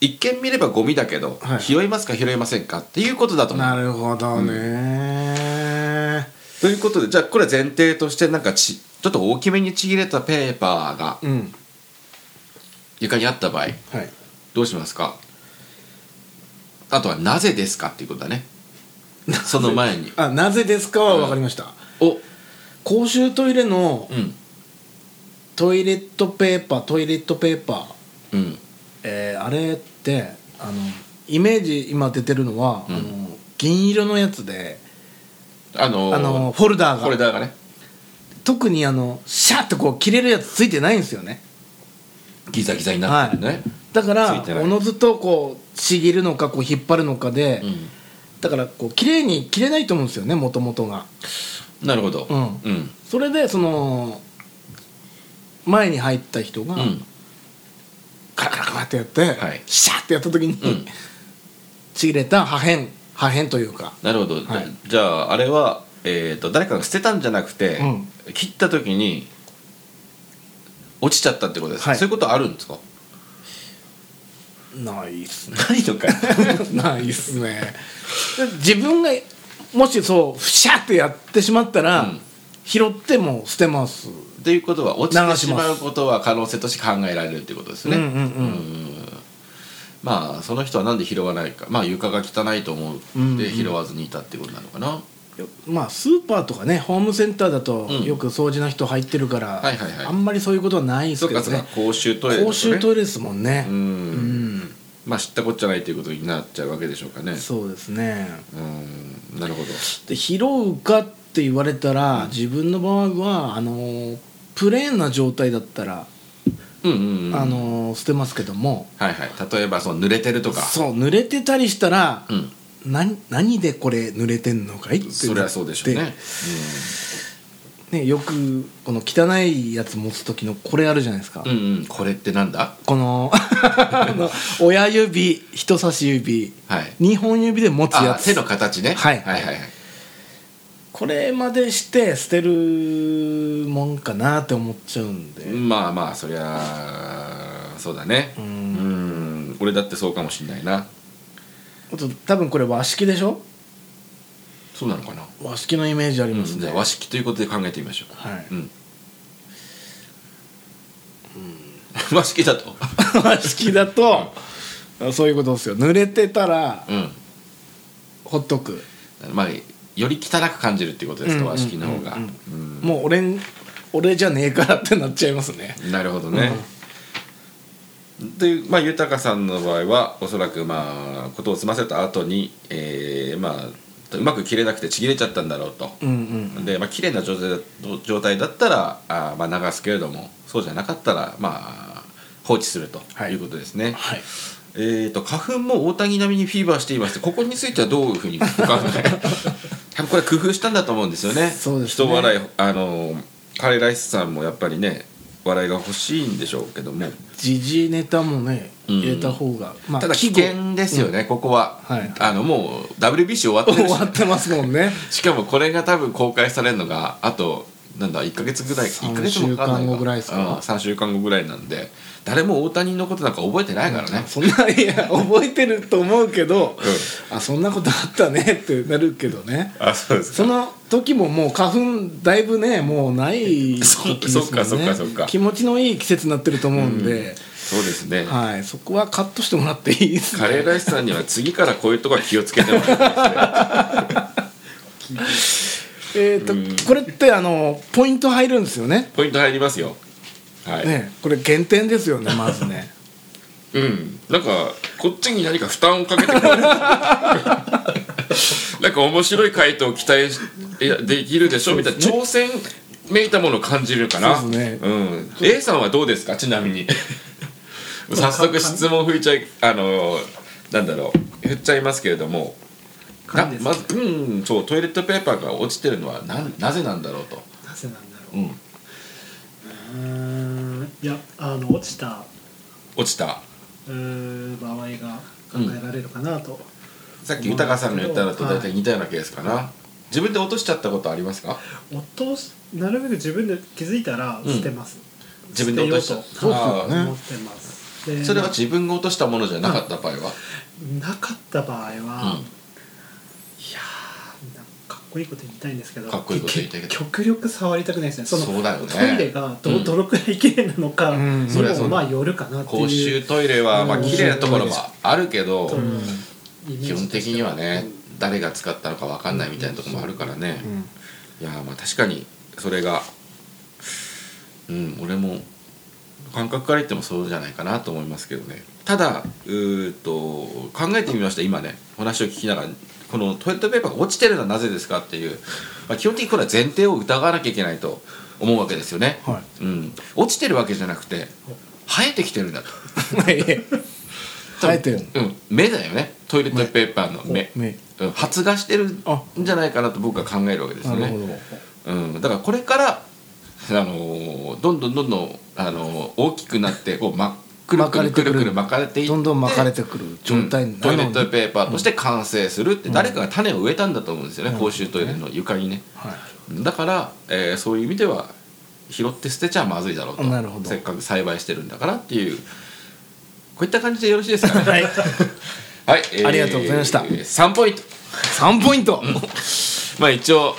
Speaker 1: 一見見ればゴミだけど、
Speaker 2: はい
Speaker 1: 拾いますか拾いませんかっていうことだと思う
Speaker 2: なるほどね、
Speaker 1: ということでじゃあこれは前提としてなんかちちょっと大きめにちぎれたペーパーが
Speaker 2: うん、
Speaker 1: 床にあった場合
Speaker 2: はい
Speaker 1: どうしますかあとはなぜですかっていうことだねその前に
Speaker 2: あなぜですかは分かりました、
Speaker 1: お
Speaker 2: 公衆トイレの
Speaker 1: うん
Speaker 2: トイレットペーパートイレットペーパ
Speaker 1: う
Speaker 2: ー
Speaker 1: ん
Speaker 2: えーあれってあのイメージ今出てるのは、あの銀色のやつで
Speaker 1: あのー
Speaker 2: あのフォルダ
Speaker 1: これ
Speaker 2: ーが
Speaker 1: だからね
Speaker 2: 特にあのシャッとこう切れるやつついてないんですよね
Speaker 1: ギザギザになってるね、
Speaker 2: はいだから
Speaker 1: ついてない
Speaker 2: おのずとこうちぎるのかこう引っ張るのかで、
Speaker 1: うん
Speaker 2: だからこう綺麗に切れないと思うんですよねもともとが
Speaker 1: なるほど
Speaker 2: うん
Speaker 1: うん
Speaker 2: それでその前に入った人が、
Speaker 1: うん
Speaker 2: カラカラカラってやって、
Speaker 1: はい
Speaker 2: シャッてやった時に、
Speaker 1: うん
Speaker 2: ちぎれた破片破片というか
Speaker 1: なるほど、
Speaker 2: はい
Speaker 1: じゃああれは、えー、と誰かが捨てたんじゃなくて、
Speaker 2: うん
Speaker 1: 切った時に落ちちゃったってことですか、
Speaker 2: はい
Speaker 1: そういうことあるんですか
Speaker 2: ないっすね
Speaker 1: ないのか
Speaker 2: (laughs) ないっすね自分がもしそうフシャってやってしまったら、
Speaker 1: うん
Speaker 2: 拾っても捨てます
Speaker 1: ということは落ち
Speaker 2: 流
Speaker 1: て
Speaker 2: します
Speaker 1: しまうことは可能性として考えられるってことですね
Speaker 2: うんうんうん
Speaker 1: まあその人はなんで拾わないかまあ床が汚いと思
Speaker 2: んう
Speaker 1: うんで拾わずにいたってことなのかな、
Speaker 2: よまあスーパーとかねホームセンターだと
Speaker 1: うん
Speaker 2: よく掃除の人入ってるから、
Speaker 1: はいはいはい
Speaker 2: あんまりそういうことはないです
Speaker 1: そう
Speaker 2: けど
Speaker 1: かそうか
Speaker 2: ね
Speaker 1: 公衆トイレ、ね、
Speaker 2: 公衆トイレですもんね
Speaker 1: う
Speaker 2: うんん、
Speaker 1: まあ知ったこっちゃないということになっちゃうわけでしょうかね
Speaker 2: そうですね
Speaker 1: うんなるほど
Speaker 2: で拾うかって言われたら、自分の場合はあのープレーンな状態だったら、
Speaker 1: うんうん、うん、
Speaker 2: あのー捨てますけども
Speaker 1: はいはい例えばその濡れてるとか
Speaker 2: そう濡れてたりしたら、
Speaker 1: うん
Speaker 2: 何何でこれ濡れてんのかいって
Speaker 1: そりゃそうでしょうね、
Speaker 2: ね、よくこの汚いやつ持つ時のこれあるじゃないですか、
Speaker 1: うんうんこれってなんだ (laughs)
Speaker 2: このあの親指人差し指
Speaker 1: はい
Speaker 2: 2本指で持つや
Speaker 1: あ
Speaker 2: つ
Speaker 1: 手の形ね
Speaker 2: はい
Speaker 1: はいはいはい
Speaker 2: これまでして捨てるもんかなって思っちゃうんで、
Speaker 1: まあまあそりゃそうだね
Speaker 2: う
Speaker 1: うんん俺だってそうかもしんないな
Speaker 2: あと多分これ和式でしょ
Speaker 1: そうなのかな
Speaker 2: 和式のイメージあり
Speaker 1: うん
Speaker 2: ます
Speaker 1: じ
Speaker 2: ね、
Speaker 1: ゃあ和式ということで考えてみましょう
Speaker 2: はい
Speaker 1: うん (laughs) 和式だと
Speaker 2: 和式だとそういうことですよ濡れてたら
Speaker 1: うん
Speaker 2: ほっとく
Speaker 1: まあより汚く感じるっていうことですか
Speaker 2: うんうんうんうん
Speaker 1: 和式の方がうん
Speaker 2: もう俺ん俺じゃねえからってなっちゃいますね
Speaker 1: なるほどね。でまあ豊さんの場合はおそらくまあことを済ませた後に、えーまあうまく切れなくてちぎれちゃったんだろうと。
Speaker 2: うんうん
Speaker 1: でまあ綺麗な状態だ状態だったらあーまあ流すけれどもそうじゃなかったらまあ放置すると
Speaker 2: はい
Speaker 1: いうことですね。
Speaker 2: はい
Speaker 1: えー、と花粉も大谷並みにフィーバーしていましてここについてはどういうふうにお考え (laughs) 多分これ工夫したんだと思うんですよね
Speaker 2: そうですね
Speaker 1: 人笑いあのカレーライスさんもやっぱりね笑いが欲しいんでしょうけども、
Speaker 2: 時事ネタもね
Speaker 1: うん
Speaker 2: 入れた方が、ま
Speaker 1: ただ危険ですよね、ここは、
Speaker 2: はい
Speaker 1: あのもう WBC 終わって
Speaker 2: 季語
Speaker 1: る
Speaker 2: 終
Speaker 1: し
Speaker 2: わってますもんね
Speaker 1: しかもこれが多分公開されるのがあとなんだ1か月ぐらい
Speaker 2: 三
Speaker 1: 1ヶ月もかかんない
Speaker 2: 週間後ぐらいですか
Speaker 1: うん3週間後ぐらいなんで誰も大谷のことなんか覚えてないからね、
Speaker 2: そんないや覚えてると思うけど、あそんなことあったねってなるけどね
Speaker 1: あそうですか
Speaker 2: その時ももう花粉だいぶねもうない時ですもんね
Speaker 1: (laughs) そそっかそっかそっか
Speaker 2: 気持ちのいい季節になってると思うんで、
Speaker 1: そうですね、
Speaker 2: はいそこはカットしてもらっていいですね
Speaker 1: カレーライスさんには次からこういうとこは気をつけてもらいたいですね
Speaker 2: えっ、と、これってあのポイント入るんですよね。
Speaker 1: ポイント入りますよはい、
Speaker 2: ね、これ減点ですよね、まずね。
Speaker 1: うんなんかこっちに何か負担をかけてく (laughs) れるなんか面白い回答を期待しいやできるでしょみたいな挑戦めいたものを感じるかな
Speaker 2: そうですね
Speaker 1: ん、A さんはどうですかちなみ (laughs) に早速質問振いちゃいあのなんだろう振っちゃいますけれどもな
Speaker 3: 缶です
Speaker 1: まずうんそうトイレットペーパーが落ちてるのはなんなぜなんだろうと、
Speaker 3: なぜなんだろ
Speaker 1: うん、
Speaker 3: ううーんいやあの落ちた
Speaker 1: 落ちた
Speaker 3: うー場合が考えられるかなと、
Speaker 1: さっき豊さんの言ったのと大体似たようなケースかな、自分で落としちゃったことありますか
Speaker 3: 落とすなるべく自分で気づいたら
Speaker 1: うん
Speaker 3: 捨てます、
Speaker 1: 自分で落としちゃった
Speaker 3: 捨
Speaker 2: そうっす
Speaker 1: あ
Speaker 2: よね
Speaker 3: てようと思ってます、
Speaker 1: ー
Speaker 3: で
Speaker 1: それは自分が落としたものじゃなかった場合は、
Speaker 3: なかった場合は、いや
Speaker 1: うん
Speaker 3: ーなんかかっこいいこと言いたいんですけど
Speaker 1: かっこいいこと言いたいけど
Speaker 3: け極力触りたくないですねその
Speaker 1: そうだよね
Speaker 3: トイレがど,、
Speaker 1: うん
Speaker 3: どのくらい綺麗なのか
Speaker 2: うん
Speaker 3: に
Speaker 1: そりゃそう
Speaker 3: も
Speaker 1: だ
Speaker 3: まあよるかなっていう
Speaker 1: 公衆トイレはまあ
Speaker 3: うん
Speaker 1: 綺麗なところもあるけど、
Speaker 3: うんイメージ
Speaker 1: 基本的にはね、誰が使ったのか分かんないみたいなところもあるからね、いやーまあ確かにそれがうん俺も感覚から言ってもそうじゃないかなと思いますけどねただうーっと考えてみました今ねお話を聞きながらこのトイレットペーパーが落ちてるのはなぜですかっていう、まあ、基本的にこれは前提を疑わなきゃいけないと思うわけですよね、
Speaker 2: は
Speaker 1: うん、落ちてるわけじゃなくて生えてきてるんだと、
Speaker 2: いや。生えてる
Speaker 1: う
Speaker 2: の。
Speaker 1: ん、目だよねトイレットペーパーの目
Speaker 2: ね、
Speaker 1: うん発芽してるんじゃないかなと僕は考えるわけです
Speaker 2: な
Speaker 1: よ
Speaker 2: る
Speaker 1: ね
Speaker 2: ほど。
Speaker 1: うん、だからこれから、あのーどんどんどんどん、あのー大きくなってこう、ま、くる
Speaker 2: 巻
Speaker 1: く
Speaker 2: か
Speaker 1: る
Speaker 2: れ
Speaker 1: く
Speaker 2: て
Speaker 1: る
Speaker 2: く
Speaker 1: く
Speaker 2: る
Speaker 1: る巻かれていって
Speaker 2: どんどん巻かれてくる状態
Speaker 1: う
Speaker 2: に
Speaker 1: ん
Speaker 2: な
Speaker 1: トイ
Speaker 2: る
Speaker 1: レ
Speaker 2: の
Speaker 1: ット
Speaker 2: に
Speaker 1: ペーパーとして完成するって誰かが種を植えたんだと思うんですよね、公衆トイレの床にね
Speaker 2: はい。
Speaker 1: だから、えーそういう意味では拾って捨てちゃまずいだろうと
Speaker 2: なるほど
Speaker 1: せっかく栽培してるんだからっていうこういった感じでよろしいですかね
Speaker 2: はい。
Speaker 1: (laughs) はい、え
Speaker 2: ありがとうございました
Speaker 1: 3ポイント
Speaker 2: 三ポイント。
Speaker 1: まあ一応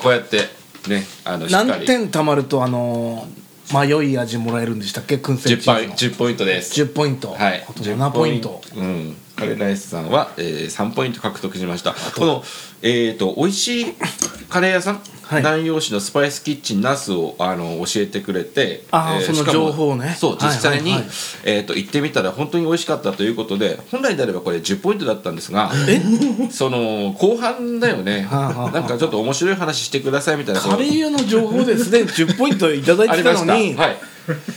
Speaker 1: こうやってねあのしっかり
Speaker 2: 何点貯まるとあのー迷い味もらえるんでしたっけ、燻製
Speaker 1: 10
Speaker 2: チ
Speaker 1: ポイ
Speaker 2: ーズの。
Speaker 1: 10ポイントです
Speaker 2: 十ポイント。
Speaker 1: はい
Speaker 2: あと七ポイント。
Speaker 1: うんカレーライスさんは、えー、3ポイント獲得しましたこのえっ、と美味しいカレー屋さん、
Speaker 2: はい
Speaker 1: 南陽市のスパイスキッチンナスをあの教えてくれて
Speaker 2: あーその
Speaker 1: しかも
Speaker 2: 情報をね
Speaker 1: そう
Speaker 2: は
Speaker 1: 実
Speaker 2: い
Speaker 1: 際に、
Speaker 2: はいはい
Speaker 1: えー、と行ってみたら本当に美味しかったということで本来であればこれ10ポイントだったんですがその後半だよね
Speaker 2: はあはあはあ
Speaker 1: なんかちょっと面白い話してくださいみたいな
Speaker 2: カレー屋の情報ですで10ポイントいただい
Speaker 1: あり
Speaker 2: て
Speaker 1: ま
Speaker 2: た
Speaker 1: した
Speaker 2: のに、
Speaker 1: はい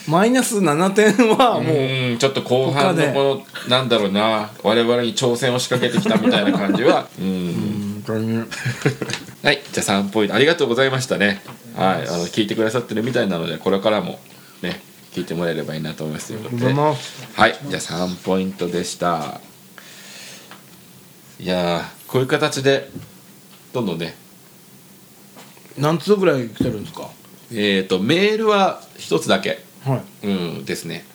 Speaker 2: マイナス7点はもう
Speaker 1: うんちょっと後半のこのなんだろうな我々に挑戦を仕掛けてきたみたいな
Speaker 2: (laughs)
Speaker 1: 感じはうん
Speaker 2: 本当に
Speaker 1: はいじゃあ3ポイントありがとうございましたねはい、あの聞いてくださってるみたいなのでこれからもね聞いてもらえればいいなと思いますということ
Speaker 2: り
Speaker 1: で
Speaker 2: がとうございます
Speaker 1: はいじゃあ3ポイントでしたいやーこういう形でどんどんね
Speaker 2: 何通ぐらい来てるんですか
Speaker 1: えっ、とメールは一つだけ
Speaker 2: はい
Speaker 1: うんですね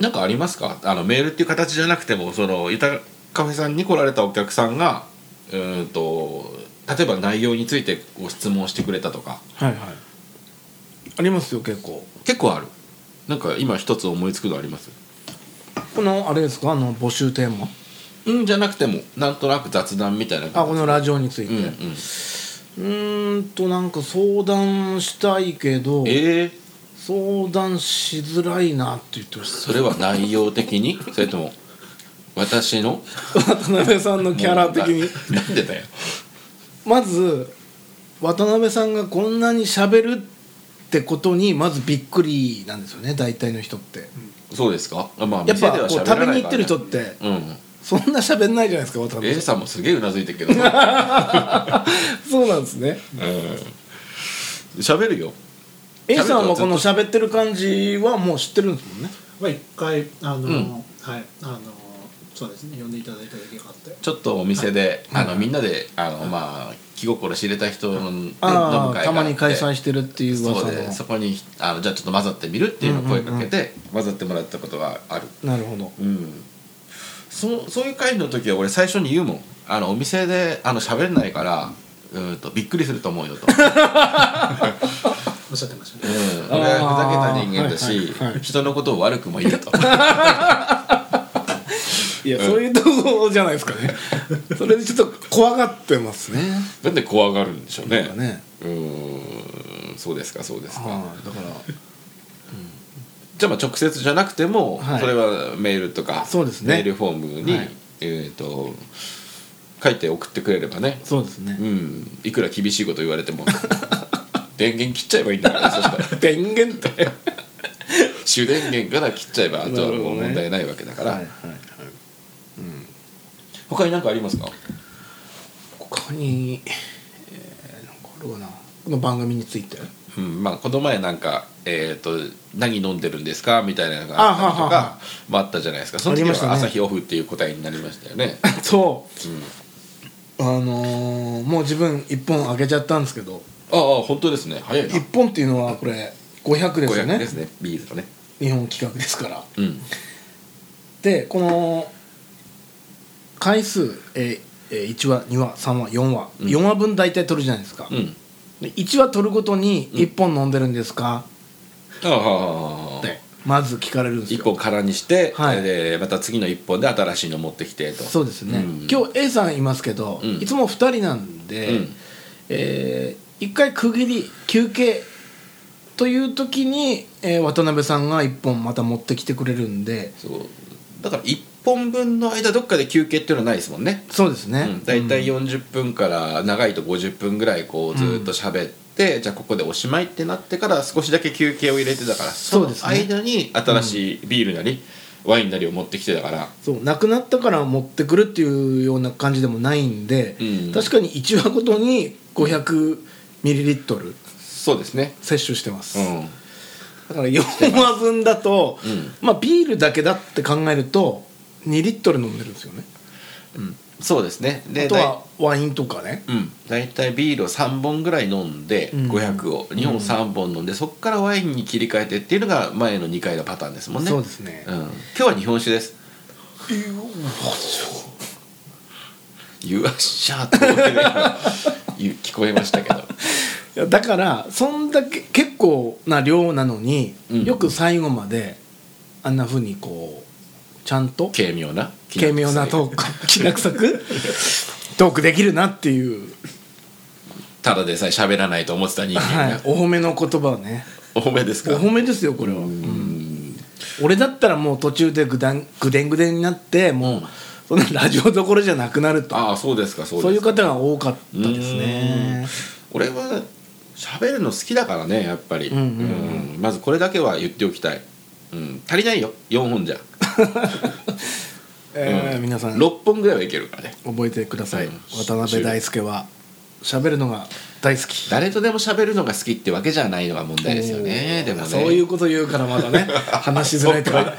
Speaker 1: なんかありますかあのメールっていう形じゃなくてもそのゆたカフェさんに来られたお客さんがうーんと例えば内容についてご質問してくれたとか
Speaker 2: はいはいありますよ結構
Speaker 1: 結構あるなんか今一つ思いつくのあります
Speaker 2: このあれですかあの募集テーマ
Speaker 1: うんじゃなくてもなんとなく雑談みたいな
Speaker 2: あこのラジオについて
Speaker 1: うんうん
Speaker 2: うーんとなんか相談したいけど
Speaker 1: えー、
Speaker 2: 相談しづらいなって言ってまし
Speaker 1: それは内容的 (laughs) にそれとも私の
Speaker 2: た渡辺さんのキャラ的に
Speaker 1: ななんでだよ
Speaker 2: まず渡辺さんがこんなに喋るってことにまずびっくりなんですよね大体の人って
Speaker 1: そうですかあまあ
Speaker 2: やっ
Speaker 1: 店で
Speaker 2: ぱ
Speaker 1: は喋
Speaker 2: こう
Speaker 1: ら
Speaker 2: 食
Speaker 1: ないから、ね、
Speaker 2: べに行ってる人って
Speaker 1: うん
Speaker 2: そんな喋んないじゃないですか渡辺
Speaker 1: A
Speaker 2: さん
Speaker 1: さんもすげえうなずいてるけどうん
Speaker 2: そうなんですね
Speaker 1: 喋るよ
Speaker 2: A さんはこの喋ってる感じはもう知ってるんですもんね
Speaker 3: まあ一回あの、
Speaker 1: ん
Speaker 3: はいあのそうですね呼んでいただいただけがあって
Speaker 1: ちょっとお店で、あのみんなであの、まあ気心知れた人の、ね、飲む会
Speaker 2: ああ
Speaker 1: があ
Speaker 2: たまに開
Speaker 1: って
Speaker 2: 催してるっていう
Speaker 1: そ
Speaker 2: 噂
Speaker 1: う
Speaker 2: の
Speaker 1: でそこにあのじゃあちょっと混ざってみるっていうのを声かけて、混ざってもらったことがある
Speaker 2: なるほど
Speaker 1: うんそそういう会の時は俺最初に言うもんあのお店であの喋んないからうーんとびっくりすると思うよ
Speaker 2: (laughs)
Speaker 1: と、うん、
Speaker 3: おっしゃってましたね
Speaker 1: 俺はふざけた人間だし、
Speaker 2: はいはいはい
Speaker 1: 人のことを悪くも言
Speaker 2: (laughs)
Speaker 1: うと
Speaker 2: いや、そういうところじゃないですか
Speaker 1: (laughs)
Speaker 2: ねそれでちょっと怖がってますね
Speaker 1: なんで怖がるんでしょうね
Speaker 2: だからね
Speaker 1: うーんそうですかそうですか、
Speaker 2: はいだ
Speaker 1: (laughs)
Speaker 2: から
Speaker 1: じゃあまあ直接じゃなくても、
Speaker 2: はい
Speaker 1: それはメールとか
Speaker 2: そうですね
Speaker 1: メールフォームに、
Speaker 2: はい
Speaker 1: えー、と書いて送ってくれればね
Speaker 2: そうですね
Speaker 1: うんいくら厳しいこと言われ
Speaker 2: (laughs)
Speaker 1: ても電源切っちゃえばいいんだからそしたら
Speaker 2: 電源って
Speaker 1: 主電源から切っちゃえばあとはもう
Speaker 2: なるほどね
Speaker 1: 問題ないわけだか
Speaker 2: は
Speaker 1: ら、
Speaker 2: いはいはい
Speaker 1: 他に何かありますか
Speaker 2: 他にえー、なんかあるかなこの番組について
Speaker 1: うんまあ、この前なんか、えーと「何飲んでるんですか?」みたいなのがあったりと
Speaker 2: あははは
Speaker 1: かまああったじゃないですかその
Speaker 2: あ
Speaker 1: 時
Speaker 2: りました
Speaker 1: は
Speaker 2: ね
Speaker 1: 朝日オフっていう答えになりましたよね。
Speaker 2: そ
Speaker 1: う
Speaker 2: う
Speaker 1: ん
Speaker 2: あのーもう自分1本あげちゃったんですけど
Speaker 1: ああ本当ですね早いな
Speaker 2: 1本っていうのはこれ500ですよ
Speaker 1: 500
Speaker 2: ね
Speaker 1: ですねビーズのね
Speaker 2: 日本企画ですから
Speaker 1: うん
Speaker 2: でこの回数、えーえー1話2話3話4話、
Speaker 1: うん
Speaker 2: 4話分大体取るじゃないですか、
Speaker 1: うん
Speaker 2: で1話取るごとに1本飲んでるんですか、
Speaker 1: ああ
Speaker 2: ってまず聞かれるんです
Speaker 1: 一
Speaker 2: よ
Speaker 1: 本空にして、
Speaker 2: はい
Speaker 1: でまた次の一本で新しいの持ってきてと
Speaker 2: そうですね、
Speaker 1: うん
Speaker 2: 今日 A さんいますけど、
Speaker 1: うん
Speaker 2: いつも2人なんで、
Speaker 1: うん
Speaker 2: え1回区切り休憩という時に、えー渡辺さんが1本また持ってきてくれるんで
Speaker 1: そうだから一本分の間どっかで休憩っていうのはないですもんね
Speaker 2: そうですね、
Speaker 1: うん、大体40分から長いと50分ぐらいこうずーっと喋って、じゃあここでおしまいってなってから少しだけ休憩を入れてだから
Speaker 2: そうですね
Speaker 1: の間に新しいビールなり、ワインなりを持ってきてだから
Speaker 2: そうなくなったから持ってくるっていうような感じでもないんで、
Speaker 1: うん
Speaker 2: 確かに1話ごとに500ミリリットル
Speaker 1: そうですね
Speaker 2: 摂取してます、
Speaker 1: うん
Speaker 2: だから4話分だと、
Speaker 1: うん
Speaker 2: まあビールだけだって考えると2リットル飲んでるんですよね
Speaker 1: そうですねで
Speaker 2: あとはワインとかね
Speaker 1: うん、大体ビールを3本ぐらい飲んで
Speaker 2: うん
Speaker 1: 500を、日本3本飲んでそこからワインに切り替えてっていうのが前の2回のパターンですもんね
Speaker 2: そうですね
Speaker 1: うん、今日は日本酒ですよっしゃーって思ってね今言う聞こえましたけど
Speaker 2: いやだからそんだけ結構な量なのに、
Speaker 1: うん
Speaker 2: よく最後まであんなふうにこうちゃんと
Speaker 1: 軽妙な
Speaker 2: 軽妙なトークきな (laughs) 臭くトークできるなっていう、
Speaker 1: ただでさえ喋らないと思ってた人間
Speaker 2: は
Speaker 1: が、
Speaker 2: い、お褒めの言葉をね
Speaker 1: お褒めです
Speaker 2: お
Speaker 1: か
Speaker 2: 褒めですよこれは、うん俺だったらもう途中でぐだんぐでんぐでんになってもうそんなラジオどころじゃなくなると
Speaker 1: ああそうですかそうですか
Speaker 2: そういう方が多かったですね
Speaker 1: うん俺は喋るの好きだからねやっぱり、
Speaker 2: うんうんうん
Speaker 1: うんまずこれだけは言っておきたい、うん、足りないよ4本じゃ
Speaker 2: えー
Speaker 1: うん
Speaker 2: 皆さん
Speaker 1: 6本ぐらいはいけるからね
Speaker 2: 覚えてください、
Speaker 1: うん
Speaker 2: 渡辺大輔は喋るのが大好き
Speaker 1: 誰とでも喋るのが好きってわけじゃないのが問題ですよねでもね
Speaker 2: そういうこと言うからま
Speaker 1: (laughs)
Speaker 2: だね話しづらいとか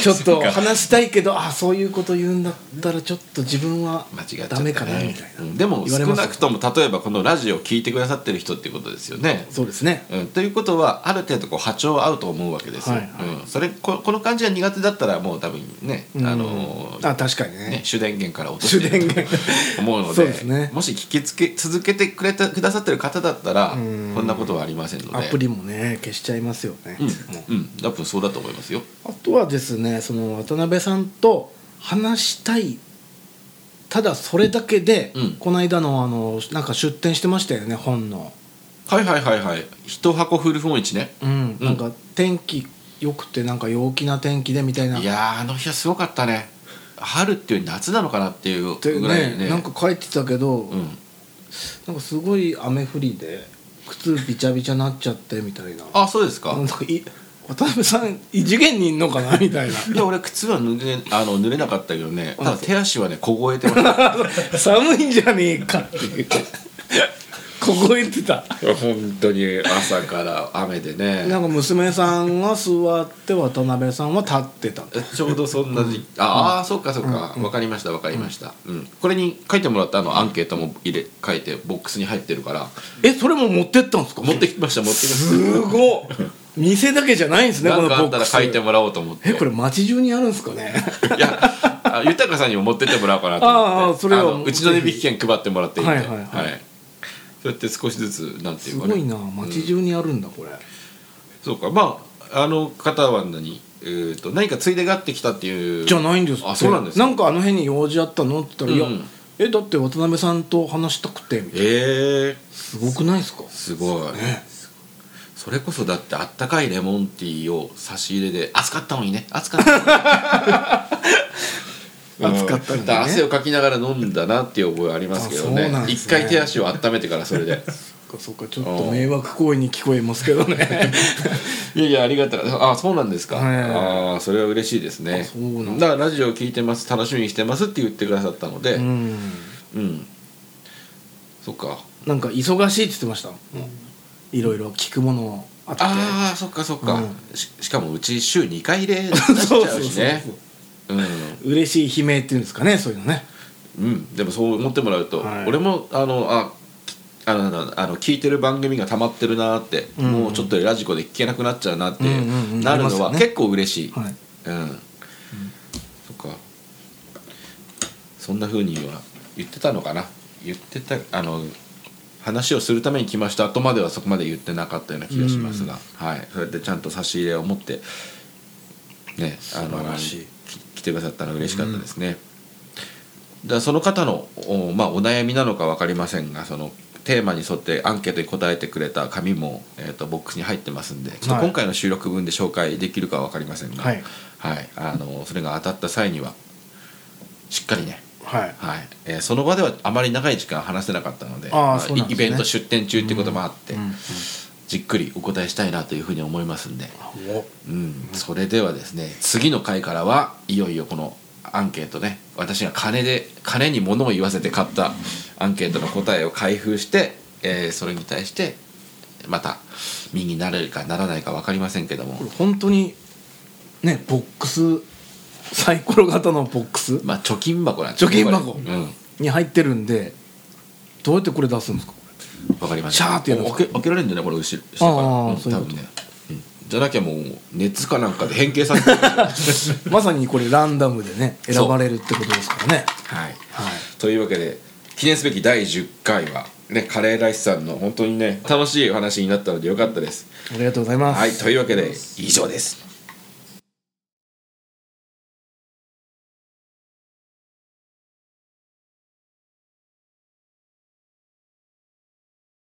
Speaker 2: ちょっと話したいけどあそういうこと言うんだったらちょっと自分は
Speaker 1: 間違っちゃったね
Speaker 2: ダメかなみたい
Speaker 1: う
Speaker 2: な、
Speaker 1: んでも
Speaker 2: 言われ
Speaker 1: 少
Speaker 2: ます
Speaker 1: なくとも例えばこのラジオを聞いてくださってる人っていうことですよね
Speaker 2: そうですね
Speaker 1: うん、ということはある程度こう波長は合うと思うわけですよ、
Speaker 2: はいはい
Speaker 1: うん、それここの感じが苦手だったらもう多分ね、あの
Speaker 2: うんあ確かにね
Speaker 1: ね、主電源から落としてる
Speaker 2: 主電源
Speaker 1: と思うの
Speaker 2: そう
Speaker 1: で
Speaker 2: ですね
Speaker 1: もし聞きつけ続けてくれたくださってる方だったらこ
Speaker 2: うん
Speaker 1: んなことはありませんので
Speaker 2: アプリもね消しちゃいますよね、
Speaker 1: うん
Speaker 2: もう
Speaker 1: うん、多分そうだと思いますよ
Speaker 2: あとはですねその渡辺さんと話したいただそれだけで、
Speaker 1: うん
Speaker 2: この間のあのなんか出展してましたよね本の、
Speaker 1: はいはいはいはい一箱古本市ね
Speaker 2: うんなんか天気良くてなんか陽気な天気でみたいない
Speaker 1: やーあの日はすごかったね春っていうより夏なのかなっていう
Speaker 2: って
Speaker 1: ぐらいね
Speaker 2: ねなんか書いてたけど、
Speaker 1: うん、
Speaker 2: なんかすごい雨降りで靴びちゃびちゃなっちゃってみたいな
Speaker 1: あそうですか、
Speaker 2: なんかい渡辺さん異次元にいんのかなみたいな (laughs)
Speaker 1: いや俺靴は濡れあの濡れなかったけどね
Speaker 2: あ
Speaker 1: ただ手足はね凍えてました
Speaker 2: (laughs) 寒いんじゃねえかっていう (laughs) 凍えてた
Speaker 1: 本当に朝から雨でね
Speaker 2: なんか娘さんは座って渡辺さんは立ってた
Speaker 1: ちょうどそんな時期ああーそうかそうかわかりましたわかりました、うん、これに書いてもらったあのアンケートも入れ書いてボックスに入ってるから
Speaker 2: えそれも持ってったんですか
Speaker 1: 持ってきました持ってきます (laughs)
Speaker 2: ごっ店だけじゃないんです
Speaker 1: た
Speaker 2: ねこ
Speaker 1: な
Speaker 2: の
Speaker 1: ん
Speaker 2: ボ
Speaker 1: かあった
Speaker 2: ック
Speaker 1: ら
Speaker 2: ス
Speaker 1: 書いてもらおうと思って
Speaker 2: えこれ街中にあるんですかね
Speaker 1: (laughs) いやあ豊さんにも持ってってもらおうかなと思って
Speaker 2: あーあーそれは
Speaker 1: のうちの値引き券配ってもらっていて
Speaker 2: はいはいはい
Speaker 1: そうやって少しずつなんてい
Speaker 2: (laughs) す
Speaker 1: うか
Speaker 2: ご
Speaker 1: ね
Speaker 2: いな街中にあるんだこれ
Speaker 1: そうかまああの方は何、えー、と何かついでがあってきたっていう
Speaker 2: じゃないんですって
Speaker 1: あそうなんですか
Speaker 2: なんかあの辺に用事あったのって言ったら
Speaker 1: う
Speaker 2: 「
Speaker 1: ん
Speaker 2: いやえだって渡辺さんと話したくて」みたいな
Speaker 1: ええ
Speaker 2: すごくないですか
Speaker 1: すごいそれこそだってあったかいレモンティーを差し入れで暑かったのにね暑か
Speaker 2: (laughs)
Speaker 1: ったのに
Speaker 2: 暑かったのにね
Speaker 1: だら汗をかきながら飲んだなっていう覚えありますけど
Speaker 2: あそ
Speaker 1: ね
Speaker 2: うなんで
Speaker 1: 一
Speaker 2: すね
Speaker 1: 回手足を温めてからそれで
Speaker 2: そっかそっかちょっと迷惑行為に聞こえますけどね
Speaker 1: いやいやありがたいあそうなんですか、
Speaker 2: はい
Speaker 1: ああそれは嬉しいですね
Speaker 2: あそうなん
Speaker 1: だからラジオ聞いてます楽しみにしてますって言ってくださったので
Speaker 2: (laughs) うん
Speaker 1: うん、そっか
Speaker 2: なんか忙しいって言ってましたもういろいろ聞くものあって
Speaker 1: ああそっかそっか、
Speaker 2: うん
Speaker 1: ししかもうち週2回で出
Speaker 2: (laughs)
Speaker 1: しちゃうしねうん
Speaker 2: 嬉しい悲鳴っていうんですかねそういうのね
Speaker 1: うんでもそう思ってもらうと、
Speaker 2: はい
Speaker 1: 俺もあのあきあのなんだあの聞いてる番組がたまってるなーって、
Speaker 2: うんうん
Speaker 1: もうちょっとラジコで聞けなくなっちゃうなって
Speaker 2: うんうんうん
Speaker 1: なる
Speaker 2: あります
Speaker 1: の
Speaker 2: よ
Speaker 1: は
Speaker 2: ね
Speaker 1: 結構嬉しい、
Speaker 2: はい
Speaker 1: うん、そっかそんな風には言ってたのかな言ってたあの話をするために来ました後まではそこまで言ってなかったような気がしますが、はいそうやってちゃんと差し入れを持ってねあの
Speaker 2: 素晴らしい
Speaker 1: き来てくださったのは嬉しかったですね、だからその方のお,、まあ、お悩みなのか分かりませんがそのテーマに沿ってアンケートに答えてくれた紙も、えー、とボックスに入ってますんでちょっ
Speaker 2: は
Speaker 1: と
Speaker 2: い
Speaker 1: 今回の収録分で紹介できるかは分かりませんが、
Speaker 2: はい
Speaker 1: はい、あのそれが当たった際にはしっかりね、
Speaker 2: はい
Speaker 1: はいえーその場ではあまり長い時間話せなかったので
Speaker 2: あー
Speaker 1: まあ
Speaker 2: そうなん
Speaker 1: イ
Speaker 2: ですね
Speaker 1: ベント出店中っていうこともあって、
Speaker 2: うん
Speaker 1: じっくりお答えしたいなというふうに思いますんで、
Speaker 2: お
Speaker 1: うん、それではですね次の回からはいよいよこのアンケートね私が金で金に物を言わせて買ったアンケートの答えを開封して、えーそれに対してまた身になれるかならないか分かりませんけども
Speaker 2: これ本当にねボックスサイコロ型のボックス
Speaker 1: まあ貯金箱なんですね
Speaker 2: 貯金箱
Speaker 1: これうん
Speaker 2: に入ってるんでどうやってこれ出すん (laughs) ですかこれ
Speaker 1: わかりまし
Speaker 2: シャ
Speaker 1: た
Speaker 2: ーってやるんですか
Speaker 1: 開け開けられるんじゃないこれ後ろ下から
Speaker 2: あー
Speaker 1: うん
Speaker 2: そういう
Speaker 1: 多
Speaker 2: こと
Speaker 1: 分ねうんじゃなきゃもう熱かなんかで変形させてる
Speaker 2: (laughs) まさにこれランダムでね
Speaker 1: そう
Speaker 2: 選ばれるってことですからね
Speaker 1: はい
Speaker 2: はい
Speaker 1: というわけで記念すべき第10回は、ね、カレーライスさんの本当にね楽しいお話になったのでよかったです。
Speaker 2: ありがとうございます
Speaker 1: はいというわけで以上です。